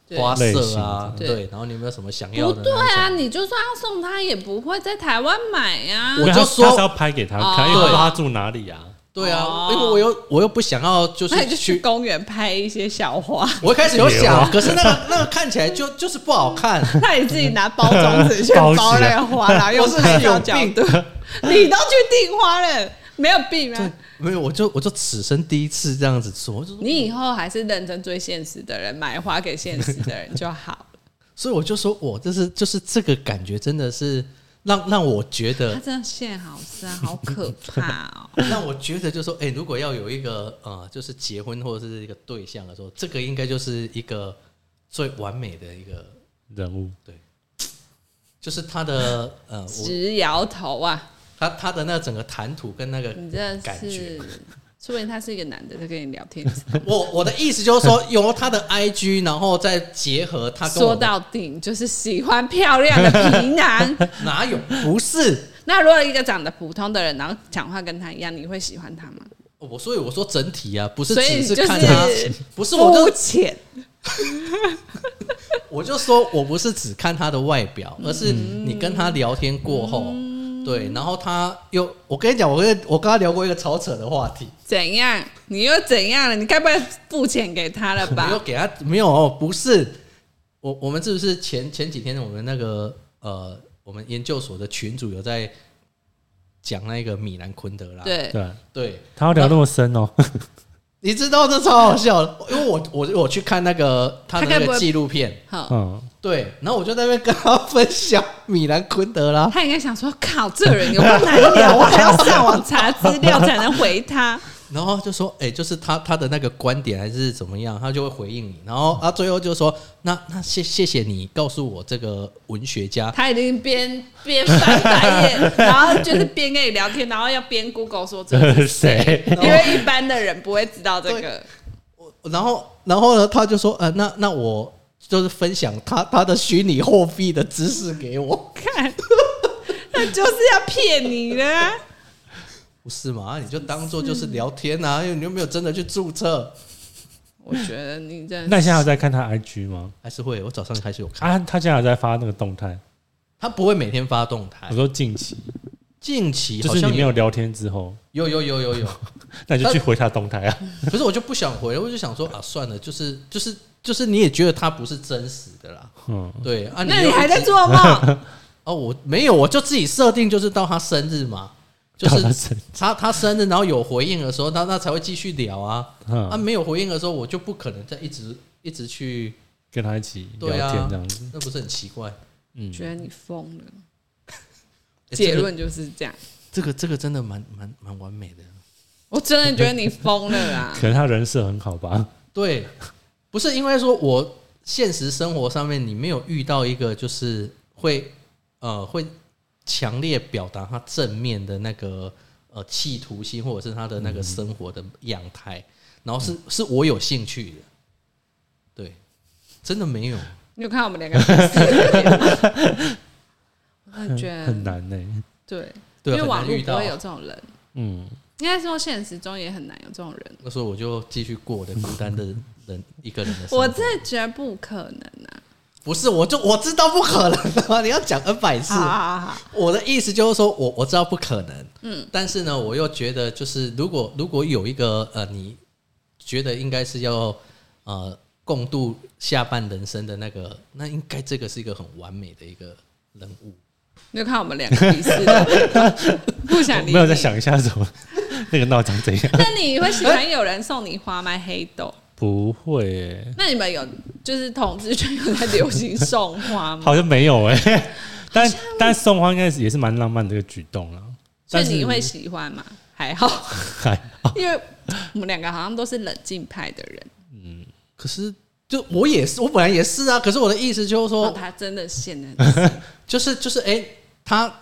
A: 对
B: 花
D: 类
B: 色
D: 型
B: 啊，
A: 对
B: 对，然后你有没有什么想要
A: 不
B: 的？”
A: 对啊，，你就算要送他，也不会在台湾买呀、
B: 我
D: 没有
B: 就
D: 他
B: 说
D: 他是要拍给他看，因为
B: 对
D: 他他住哪里啊？
B: 对啊，
A: 哦
B: 因为我又我又不想要，就
A: 那
B: 是
A: 你就去
B: 去，
A: 公园拍一些小花，
B: 我一开始有
D: 野
B: 想
D: 花，
B: 可是那个那个看起来就就是不好看，
A: 那你自己拿包装纸去
D: 包
A: 包
D: 起来
A: 那个花， 然后
B: 我
A: 用
B: 是不
A: 拍
B: 是
A: 照
B: 有
A: 角
B: 病
A: 度， 你都去订花了，没有病啊？
B: 没有，我就我就此生第一次这样子说，我就说
A: 你以后还是认真追现实的人，买花给现实的人就 好。
B: 所以我就说我这是就是这个感觉真的是让让我觉得
A: 他真的线好深，好可怕哦！
B: 那 我觉得就是说，哎、如果要有一个呃，就是结婚或者是一个对象的时候，这个应该就是一个最完美的一个，
D: 人物
B: 就是他的呃，我
A: 直摇头啊！
B: 他他的那整个谈吐跟那个
A: 你真的
B: 感
A: 是
B: 觉。，
A: 说明他是一个男的在跟你聊 天，
B: 我我的意思就是说，由他的 IG，然后再结合他跟我
A: 说
B: 的
A: 到顶就是喜欢漂亮的皮男。
B: 哪有不是。
A: 那如果一个长得普通的人，然后讲话跟他一样，你会喜欢他吗？
B: 我所以我说整体啊，不是
A: 所以
B: 只是
A: 就是
B: 看他，不是我
A: 肤
B: 就
A: 浅，
B: 我就说我不是只看他的外表，
A: 嗯
B: 而是你跟他聊天过后，对，然后他又，我跟你讲，我跟我跟他聊过一个超扯的话题，
A: 怎样？你又怎样了？你该不会付钱给他了
B: 没有
A: 吧？
B: 给他，没有哦，不是，我我们是不是前前几天我们那个呃，我们研究所的群主有在讲那个米兰昆德拉，
A: 对，
D: 对，
B: 对，
D: 他要聊那么深哦，
B: 你知道这超好笑的，因为我我我去看那个他的
A: 他该
B: 那
A: 不
B: 个
A: 会
B: 纪录片，
A: 好，
D: 嗯，
B: 对，然后我就在那边跟他分享米兰昆德拉。
A: 他应该想说：靠，这人有够难聊，我还要上网查资料才能回 他。
B: 然后就说，哎、就是他他的那个观点还是怎么样，他就会回应你。然
D: 嗯
B: 后他最后就说，那那谢谢谢你告诉我这个文学 家，
A: 他已经边边翻白眼，然后就是边跟你聊天，然后要边 Google 说这 个是
D: 谁？
A: 因为一般的人不会知道这个。
B: 然后然后呢，他就说，呃，那那我就是分享他他的虚拟货币的知识给我，
A: 看， 他就是要骗你的、啊。
B: 不是嘛？啊你就当做就是聊天啊，因为你又没有真的去注册，
A: 我觉得你真
D: 那
A: 的
D: 你
A: 是
D: 现在有在看他 IG 吗？
B: 还是会。我早上开始有看，
D: 啊，他现在有在发那个动态，
B: 他不会每天发动态
D: 我，说近期，
B: 近期
D: 就
B: 好
D: 是
B: 像
D: 你没哎有聊天之后，
B: 有有有有有。
D: 那你就去回他动态啊。
B: 可是我就不想回了，我就想说啊，算了，就是就是就是，你也觉得他不是真实的啦，
D: 嗯，
B: 对啊，
A: 那
B: 又
A: 你还在
B: 自己
A: 做梦？
B: 哦？我没有，我就自己设定就是到他生日 嘛，就
D: 到他
B: 是
D: 生日
B: 他他生日，然后有回应的时候，那那才会继续聊啊，啊
D: 嗯，
B: 没有回应的时候，我就不可能再一直一直去，
D: 跟他一起聊
B: 对啊
D: 天这样子，
B: 那不是很奇怪？哎
D: 嗯，
A: 觉得你疯了。
B: 欸
A: 结论就是这样，
B: 这个这个真的蛮蛮蛮完美的，
A: 我真的觉得你疯了 啦。
D: 可能他人设很好吧，
B: 对，不是因为说我现实生活上面你没有遇到一个就是会呃会强烈表达他正面的那个呃企图心，或者是他的那个生活的样态，然后是是我有兴趣的，对，真的没有，
A: 你有看我们两个彼此的脸吗？我真的觉得
D: 很难呢。
A: 对，
B: 对
A: 因
B: 啊，
A: 为
B: 很
A: 网
B: 难
A: 络
B: 遇
A: 不
B: 到
A: 会。有这种人，
D: 嗯，
A: 应该说现实中也很难有这种人。
B: 那时候我就继续过我的孤单的人一个人的生活，
A: 我真的觉得不可能啊！
B: 不是，我就我知道不可能啊！你要讲 N 百次
A: 好，啊好好，
B: 我的意思就是说我我知道不可能，嗯，但是呢，我又觉得就是如果如果有一个呃，你觉得应该是要呃共度下半人生的那个，那应该这个是一个很完美的一个人物。
A: 你就看我们两个意思了，不 想理。
D: 没有在。想一下怎么那个闹长怎样？
A: 那你会喜欢有人送你花吗？黑 豆？
D: 不会、欸，
A: 那你们有就是统治圈有在流行送花吗？
D: 好像没有哎、但但送花应该是也是蛮浪漫的一个举动啦。
A: 所
D: 但
A: 以
D: 是
A: 你会喜欢吗？还好，
D: 还好
A: 因为我们两个好像都是冷静派的人。
B: 可是就我也是，我本来也是啊，可是我的意思就是
A: 哦，
B: 说，
A: 他真的现在
B: 就是就是哎、他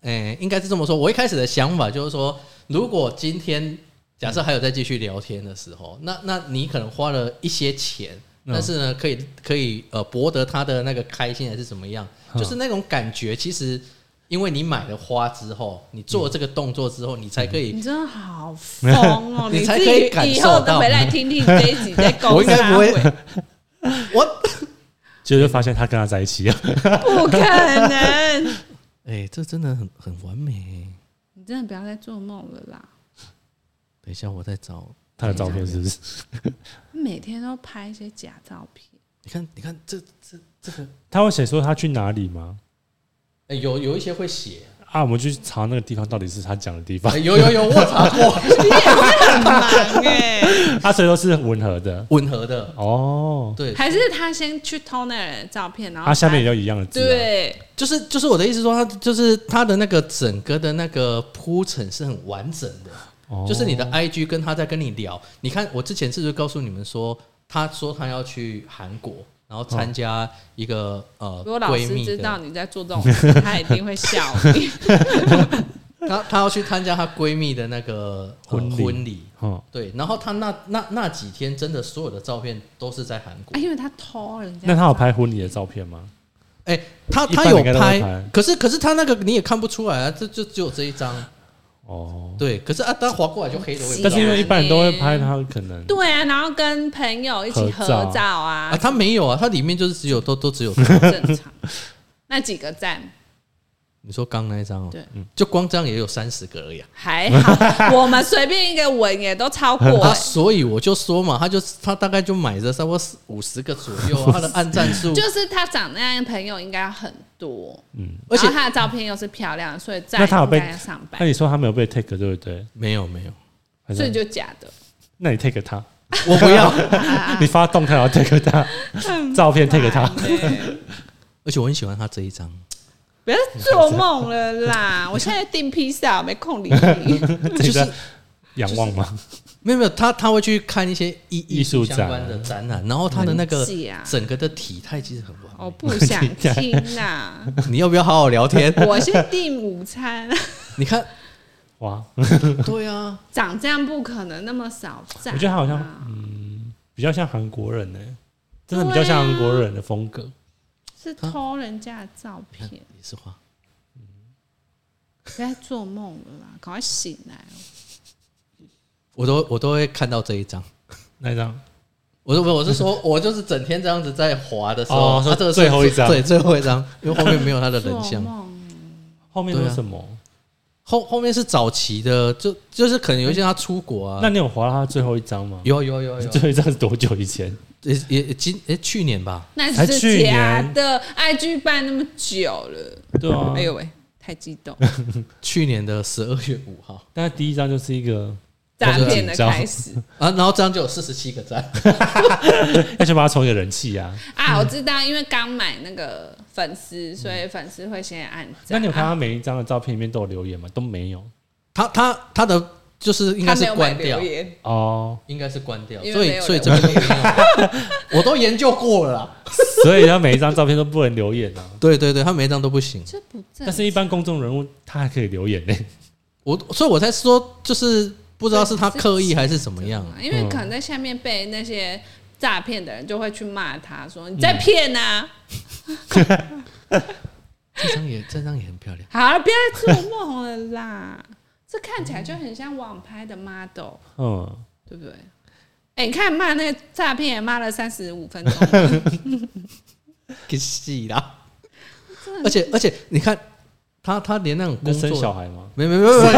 B: 哎、应该是这么说。我一开始的想法就是说，如果今天假设还有再继续聊天的时候，那那你可能花了一些钱，
D: 嗯
B: 但是呢，可以可以呃博得他的那个开心还是怎么样，
D: 嗯
B: 就是那种感觉，其实。因为你买了花之后，你做这个动作之后，你才可以。
A: 你真的好疯 哦！
B: 你才
A: 自
B: 可以
A: 己
B: 感
A: 以
B: 受
A: 后都
B: 到
A: 回来听听这一 集在攻
B: 我应该
A: 杀
B: 不会
A: 回，
B: 我
D: 结果就发现他跟他在一起啊，
A: 不可能！
B: 哎、这真的很很完美。
A: 你真的不要再做梦了啦！
B: 等一下，我再找
D: 他的照片是不是？
A: 每天都拍一些假照片，
B: 你看，你看这这这个，
D: 他会写说他去哪里吗？
B: 哎、有有一些会写，
D: 啊，我们去查那个地方到底是他讲的地方
B: 哎，有有有，我查过，
A: 很忙哎、
D: 啊，所以都是吻合的
B: 吻合的，
D: 哦。
B: 对，
A: 还是他先去偷那人的照片，然后
D: 啊，下面也
A: 有
D: 要一样的字、啊，，
A: 对，
B: 就是就是我的意思说，他就是他的那个整个的那个铺陈是很完整的，
D: 哦、
B: 就是你的 IG 跟他在跟你聊，你看我之前是不是告诉你们说，他说他要去韩国，然后参加一个、
A: 如
B: 呃
A: 果老
B: 闺
A: 师
B: 蜜
A: 知道
B: 的，
A: 你在做这种 事，他一定会笑你。
B: 他他要去参加他闺蜜的那个、呃
D: 婚礼
B: 婚礼，
D: 哦，
B: 对，然后他那那那几天真的所有的照片都是在韩国
A: 啊，。因为他偷人家，
D: 那他有拍婚礼的照片吗？
B: 哎、他他
D: 一般人
B: 有
D: 应该都
B: 拍
D: 会拍，
B: 可是可是他那个你也看不出来啊，这就只有这一张。
D: 哦，
B: 对，可是啊，当划过来就黑的，我也
A: 对
B: 不
D: 但
B: 知
D: 是因
B: 道
D: 为一般人都会拍他，可能
A: 对啊，然后跟朋友一起合
D: 合
A: 照
D: 照
A: 啊，
B: 啊，他没有啊，他里面就是只有都 都只有
A: 正常。 那几个赞
B: 你说刚那一张哦，
A: 对，
B: 就光这样也有三十个而已啊。
A: 还好，我们随便一个吻也都超过、
B: 啊，
A: 欸，
B: 所以我就说嘛，他就他大概就买了差不多五十个左右啊，他的 按赞数，
A: 就是他长那样，朋友应该很多，嗯，
B: 而且
A: 他的照片又是漂亮，所以赞
D: 那他有
A: 应
D: 被
A: 该要上百
D: 那，你说他没有被 take 对不对？
B: 没有没有，
D: 还是
A: 所以就假的。
D: 那你 take 他，
B: 我不要，
A: 啊
D: 你发动态然后 take 他，照片 take 他，
B: 而且我很喜欢他这一张，
A: 不要再做梦了啦！我现在订披萨，我没空理 你。
D: 这
B: 就是
D: 个仰望吗？
B: 没有没有，他他会去看一些艺
D: 艺术
B: 相
D: 展
B: 关的展啊览，然后他的那个
A: 很假
B: 整个的体态其实很完美
A: 我哦不想听 啦，
B: 你要不要好好聊天？
A: 我先订午餐。
B: 你看，
D: 哇，
B: 对啊，
A: 长这样不可能那么少赞啊。
D: 我觉得他好像比较像韩国人呢、真的比较像韩国人的风格。
A: 是
D: 啊
A: 偷人家的照
B: 你看
D: 嗯
A: 片，
B: 也是花。
A: 不要再做梦了啦，赶快醒来哦！
B: 我都我都会看到这一张。
D: 那一张
B: 我说不，我是说，我就是整天这样子在滑的时候，
D: 哦
B: 他、
D: 说
B: 这个是
D: 最后一张
B: 对，最后一张，因为后面没有他的人
A: 做
B: 像，
A: 梦
D: 后面
B: 对啊
D: 有什么？
B: 后后面是早期的，就就是可能有一些他出国啊，
D: 那你有划到他最后一张吗？
B: 有有有有，啊
D: 最后一张是多久以前？
B: 也也也今诶去年吧，
A: 那
D: 才
A: 是
D: 去
A: 假
D: 年
A: 的，IG 办那么久了，
D: 对啊，
A: 哎呦喂，太激 动，
B: 去年的十二月五号
D: 但是第一张就是一个
A: 诈骗的开始
B: 啊，然后这样就有四十七个赞，
D: 要先把它充一个人气啊。
A: 啊！我知道，因为刚买那个粉丝，所以粉丝会先按赞。
D: 那你有看
A: 啊
D: 他每一张的照片里面都有留言吗？都没有
B: 他他他的就是应该
A: 他没
B: 是
A: 有买
B: 关掉
A: 留，言，
D: 哦，
B: 应该是关掉，
A: 因为
B: 所
A: 没
B: 以
A: 有
B: 所以
A: 人
B: 这个没有我都研究过了啦，
D: 所以他每一张照片都不能留言啊。
B: 对对对，他每一张都不行。
A: 这不正
D: 但。是，一般公众人物他还可以留言呢、
B: 我所以我才说，就是不知道是他刻意还是怎么样。啊
A: 啊因
D: 嗯
A: 为可能在下面被那些诈骗的人就会去骂他说你在骗
D: 嗯
A: 啊！
B: 这张也这张也很漂亮，
A: 好了，不要再做梦了啦！这看起来就很像网拍的 model，
D: 嗯，
A: 对不对？ 哎、你看骂那个诈骗也骂了三十五分钟，
B: 给洗啦。而且而且，你看他他连那种
D: 那
B: 工
D: 生小
B: 作，
D: 孩吗？
B: 没没没 没，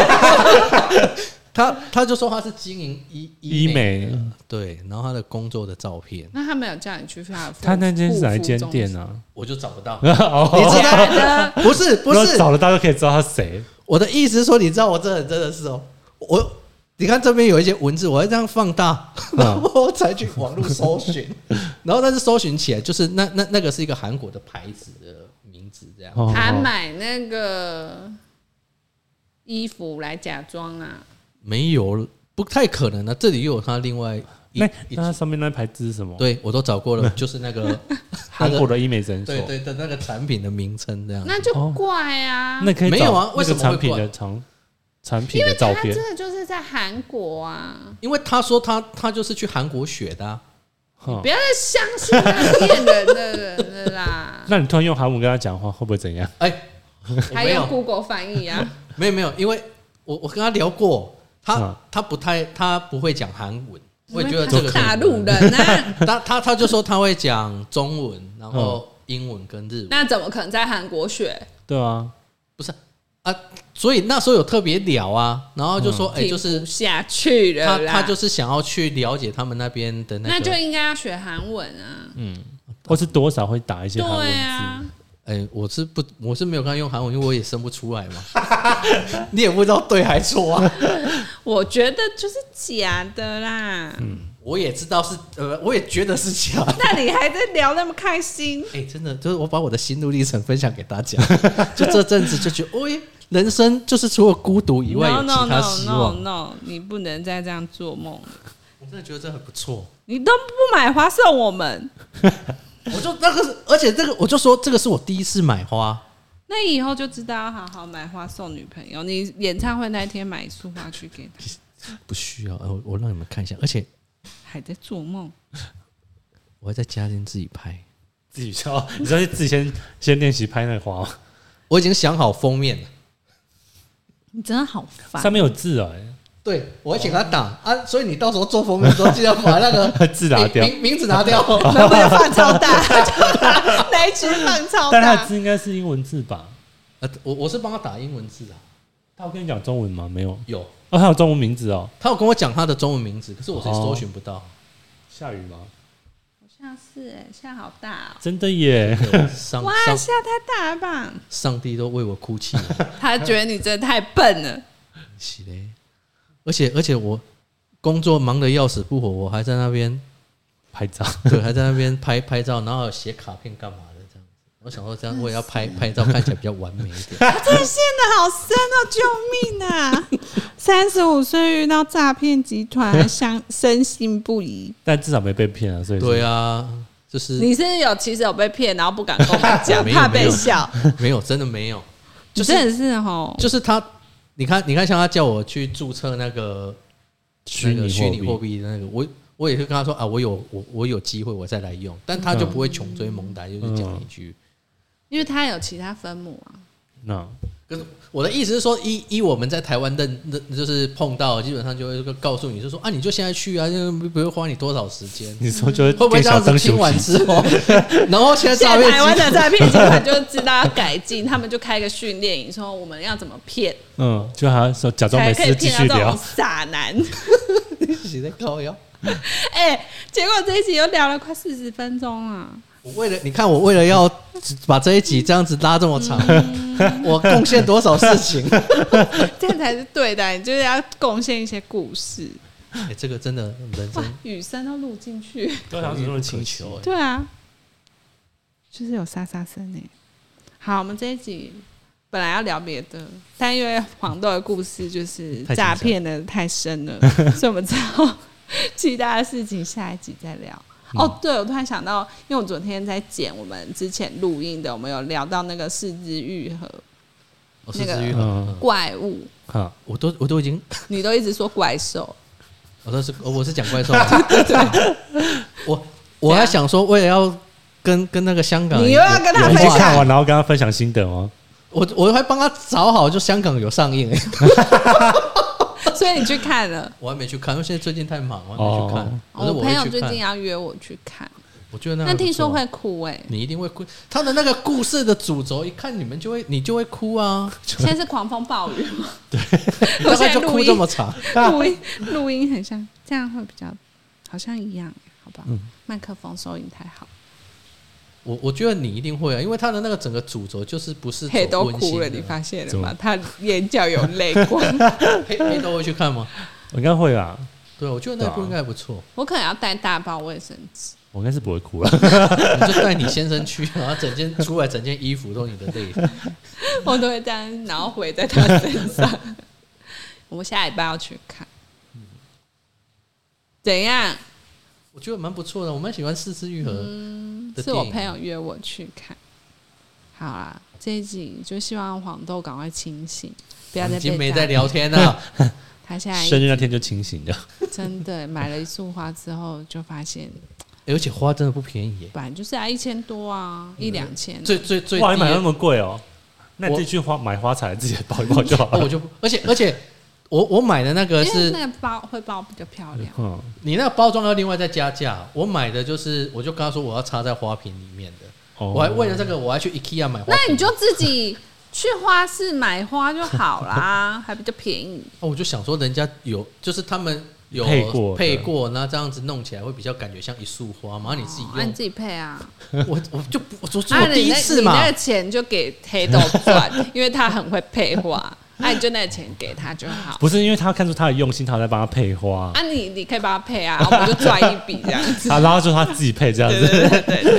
B: 他他就说他是经营医
D: 医美
B: 美的，对，然后他的工作的照片
A: 那他没有叫你去他的护
D: 他那间是哪一间店？
A: 护肤中心
D: 啊？，
B: 我就找不到
D: 哦，
B: 你知
A: 假
B: 道
A: 的，
B: 不是不
D: 如果
B: 是，
D: 找了大家可以知道他谁。
B: 我的意思是说，你知道我这人真的是哦，我你看这边有一些文字，我会这样放大，然后 我才去网络搜寻，然后但是搜寻起来就是那那那个是一个韩国的牌子的名字这样。
D: 哦
A: 他买那个衣服来假装啊，
B: 没有，不太可能的、啊这里又有他另外一
D: 那呃
B: 一
D: 那它上面那牌子是什么？
B: 对我都找过了，就是那个那
D: 韩国
B: 个
D: 的医美诊所
B: 对。对的那个产品的名称这样。
A: 那就怪啊。
D: 嗯哦那可以
B: 没
D: 找
B: 有啊
D: 那
B: 为
D: 个
B: 什么
D: 产
B: 会
D: 品
B: 怪
D: 的长产品的照
A: 他
D: 片？
A: 真的就是在韩国啊！
B: 因为他说他他就是去韩国学的、啊，
D: 哼。
A: 不要再相信那个骗人的人了啦
D: 那你突然用韩文跟他讲话，会不会怎样？
B: 哎、 我
A: 还
B: 没
A: 有
B: 有
A: Google 翻译啊，
B: 没有没有，因为我我跟他聊过，他、
D: 嗯
B: 他不太他不会讲韩文， 我也觉得
A: 他
B: 这
A: 是
B: 个
A: 大陆人啊，
B: 他他他就说他会讲中文，然后英文跟日文。
A: 那怎么可能在韩国学？
D: 对啊，
B: 啊所以那时候有特别聊啊，然后就说哎、
A: 听
B: 就
A: 不
B: 是
A: 下去了
B: 他
A: 啦。
B: 他就是想要去了解他们那边的那个，
A: 那就应该要学韩文啊，
D: 或是多少会打一些
A: 对
D: 韩文
A: 啊
D: 字。，
B: 哎、我是不，我是没有跟他用韩文，因为我也生不出来嘛。 你也不知道对还错啊。
A: 我觉得就是假的啦。
B: 我也知道是，呃，我也觉得是假。
A: 那你还在聊那么开心？
B: 哎、真的，就是我把我的心路历程分享给大家。 就这阵子就觉得，哦耶，人生就是除了孤独以外，有
A: no
B: 其
A: no
B: 他
A: no
B: 希
A: no
B: 望。
A: no，你不能再这样做梦了。
B: 我真的觉得这很不错。
A: 你都不买花送我们，
B: 我就那个，而且这个，我就说这个是我第一次买花。
A: 那以后就知道要好好买花送女朋友。你演唱会那天买一束花去给她，
B: 不需要，呃我我让你们看一下，而且
A: 还在做梦。
B: 我还在家里自己拍。
D: 自己教，你知道自己先先练习拍那个花吗，
B: 我已经想好封面了。
A: 你真的好烦
D: 上，面有字啊，哎
B: 对，我会请他打、啊，所以你到时候做封面的时候，记得把那个
D: 字拿掉
B: 名名名字拿 掉。
A: 能不能放超大？就把那一只放超
D: 但它的
A: 大。
D: 字应该是英文字吧？
B: 呃，我我是帮他打英文字啊，
D: 他有跟你讲中文吗？没有。
B: 有，
D: 哦，他有中文名字哦。
B: 他有跟我讲他的中文名字，可是我是
D: 哦
B: 搜寻不 到，
D: 下雨吗？
A: 好像是哎，下好大
D: 真的耶！
B: 对上
A: 哦！哇，
B: 上
A: 下太大了吧？
B: 上帝都为我哭泣了，
A: 他觉得你真的太笨了。
B: 是嘞，而且而且我工作忙得要死不活，我还在那 边
D: 拍照，
B: 对，还在那边拍拍照，然后还有写卡片干嘛的这样子。我想说这样我也要拍拍照，看起来比较完美一 点。
A: 这陷的好深哦，救命啊！三十五岁遇到诈骗集团，还相深信不疑。
D: 但至少没被骗啊，所以
B: 对
D: 啊，
B: 啊，就是
A: 你是不是有其实有被骗，然后不敢跟我们 讲，
B: 没有
A: 怕
B: 没
A: 被
B: 有
A: 笑。
B: 没有真的没有，
A: 就
B: 就是
A: 真的是哦，
B: 就是他，你看，你看，像他叫我去注册那个
D: 虚
B: 那个虚拟
D: 拟
B: 货
D: 货币
B: 币的那个，我我也是跟他说啊，我有我我有机会我再来用，但他
D: 嗯
B: 就不会穷追猛打，就是讲一句。
A: 因为他有其他分母啊。
D: 那
B: 可是我的意思是说，依依我们在台湾认认就是碰到，基本上就会告诉你，就说啊，你就现在去啊，就不不会花你多少时间。
D: 你说就会
B: 会不会
D: 给
B: 这
D: 小
B: 样子
D: 灯
B: 听
D: 休
B: 完
D: 息
B: 之后，然后现在
A: 现
B: 诈
A: 在台湾
B: 骗
A: 的诈骗集团就知道要改进，他们就开个训练营，说我们要怎么骗，
D: 嗯，就好像说假装
A: 才
D: 没
A: 可以
D: 事继
A: 骗
B: 啊
D: 续
A: 到这种
D: 聊，
A: 傻男。
B: 机器在高腰。
A: 哎、结果这一集又聊了快四十分钟啊！
B: 我为了你看，我为了要把这一集这样子拉这么长，
D: 嗯
B: 我贡献多少事情？
A: 这样才是对的，啊你就是要贡献一些故事。
B: 哎、这个真的人
A: 哇
B: 生，
A: 雨声都录进去。
D: 多少啊那种请求
B: 哎。
A: 对啊，就是有沙沙声呢。好，我们这一集本来要聊别的，但因为黄豆的故事就是
B: 太精彩
A: 诈骗的太深了， 所以我们只好其他的事情下一集再聊。
B: 嗯
A: 哦，对，我突然想到，因为我昨天在剪我们之前录音的，我们有聊到那个四肢愈合
B: 我
A: 那
B: 哦是
A: 个
B: 至于
D: 嗯
A: 怪物，
D: 哈，
B: 我都我都已经，
A: 你都一直说怪兽，
B: 我都是哦我是讲怪兽， 我我还想说，为了要跟跟那个香港，
A: 你又要跟他
B: 有
A: 分
B: 有
D: 你
A: 享
B: 话
D: 看完然后跟他分享心得哦吗？
B: 我我还帮他找好，就香港有上映、 哎
A: 所以你去看了。
B: 我还没去看，因为现在最近太忙，我还没去看。
D: 哦
B: 可是
A: 我
B: 我
A: 朋
B: 会
A: 友
B: 去
A: 最
B: 看
A: 近要约我去看，
B: 我觉得那
A: 那
B: 还不
A: 听说
B: 错
A: 会哭哎、
B: 你一定会哭。他的那个故事的主轴，一看你们就会，你就会 哭啊！
A: 现在是狂风暴雨 吗？对 我
B: 大
A: 现在
B: 概就
A: 录
B: 哭
A: 音
B: 这么长。
A: 录音录音很像，这样会比较好像一样，好不好？
B: 嗯
A: 麦克风收音太好，
B: 我我觉得你一定会啊，因为他的那个整个主轴就是不是
A: 黑
B: 走
A: 都
B: 温馨
A: 哭了，
B: 的
A: 你发现了
D: 怎
A: 吗
D: 么？
A: 他眼角有泪 光，
B: 黑黑都会去看 吗？
D: 我应该会啊吧，
B: 对，我觉得那
D: 对
B: 部
D: 啊
B: 应该不错。
A: 我可能要带大包卫生纸。
D: 我应该是不会哭啊了。
B: 你就带你先生去，然后整件出来，整件衣服都是你的泪。
A: 我都会这样，然后回在他身上。 我下礼拜要去看，
B: 嗯
A: 怎样？
B: 我觉得蛮不错的，我蛮喜欢《四肢愈合》的
A: 嗯是
B: 电
A: 我
B: 影
A: 朋友约我去看。好啦，这一集就希望黄豆赶快清醒，不要再
B: 已经
A: 被
B: 没
A: 诈
B: 在
A: 骗
B: 聊天了。
A: 他现在
D: 生日那天就清醒的，
A: 真的买了一束花之后，就发现
B: 欸而且花真的不便宜耶，
A: 本来就是要一千多啊，一两千。
B: 最最最低
D: 哇，你买那
B: 的
D: 么贵哦？那你
B: 我
D: 自己去花买花材，自己包一包就好
B: 哦， 我
D: 了。
B: 就不而且而且我我买的那个
A: 因为
B: 是
A: 那个包会包比较漂亮，
D: 嗯，
B: 你那个包装要另外再加价，我买的就是我就跟他说我要插在花瓶里面的，
D: 哦
B: 我还为了这个我还去 IKEA 买花瓶。
A: 那你就自己去花市买花就好 啦，还比较便宜。
B: 哦，我就想说人家有就是他们有
D: 配过的
B: 配过，那这样子弄起来会比较感觉像一束花嘛，然后你自己
A: 那你
B: 用
A: 自己配啊，
B: 我我就不我我做
A: 啊，
B: 我第
A: 你
B: 一
A: 那
B: 次
A: 你
B: 嘛
A: 那，个钱就给黑豆赚， 因为他很会配花，那、你就那个钱给他就好。
D: 不是因为他看出他的用心，他在帮他配花，
A: 啊你，你可以帮他配啊，我们就赚一笔这样 子。
D: 他然后就他自己配这样子。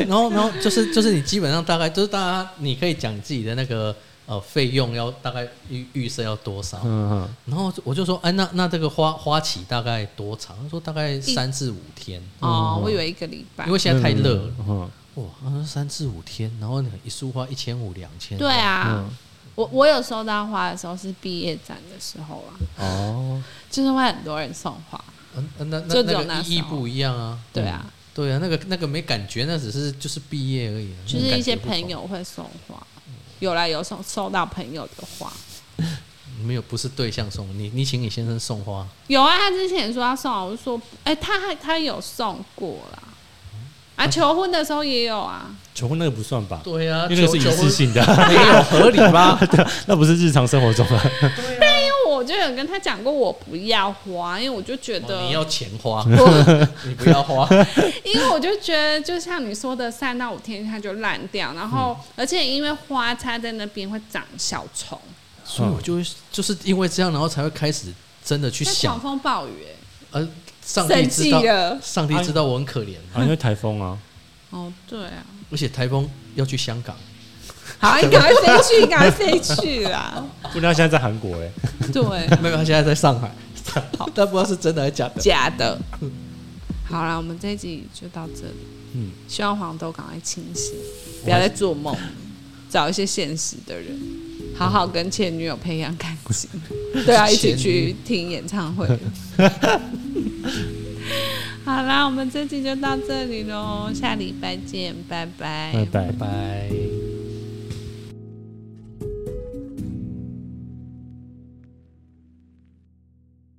B: 然后然后就是就是你基本上大概就是大家你可以讲你自己的那个呃费用要大概预预设要多少，
D: 嗯嗯，
B: 然后我就说哎那那这个花花期大概多长？他说大概三至五天，
A: 哦，我以为一个礼拜
B: 因。为现在太热了。
D: 嗯，
B: 哇，好像三至五天，然后一束花一千五两千，
A: 对，啊，
D: 嗯
A: 我我有收到花的时候是毕业展的时候啊，
D: 哦，
A: 就是会很多人送花。
B: 嗯那那
A: 就
B: 那
A: 只有
B: 那
A: 那
B: 个意义
A: 时候
B: 不一样啊，
A: 对啊，
B: 对啊，那个那个没感觉，那只是就是毕业而已啊，
A: 就
B: 那
A: 是
B: 个
A: 一些
B: 感觉不同
A: 朋友会送花，有来有送收到朋友的花。
B: 没有不是对象送你，你请你先生送花，
A: 有啊，他之前说要送啊，我就说，哎、他还他有送过啦。
B: 嗯
A: 啊，求婚的时候也有啊，
D: 求婚那个不算吧？
B: 对啊，
D: 因为那个是一
B: 求
D: 次，性的，
B: 求婚 没有合理 吧？
D: 那不是日常生活中的。
A: 因为我就有跟他讲过我不要花，因为我就觉得，
B: 哦你要钱花，
A: 我
B: 你不要花，
A: 因为我就觉得，就像你说的，三到五天它就烂掉，然后、
B: 嗯
A: 而且因为花插在那边会长小虫，
B: 所以我就会就是因为这样，然后才会开始真的去
A: 那狂
B: 想，
A: 风暴雨、欸
B: 呃，上帝
A: 生
B: 知
A: 气
B: 道，
A: 了。
B: 上帝知道我很可怜，
D: 啊，因为台风啊，
A: 哦，对啊，
B: 而且台风要去香港，
A: 好，你赶快飞去，赶快飞去 啦！
D: 不然他现在在韩国哎，
A: 对，
B: 没有，他现在在上 海，但不知道是真的还是假的。
A: 假的。好啦，我们这一集就到这里。
D: 嗯
A: 希望黄豆赶快清醒，不要再做梦，找一些现实的人，好好跟前女友培养感 情。对啊，一起去听演唱 会。好啦，我们这集就到这里喽，下礼拜见，拜拜
D: 拜拜。
B: 拜。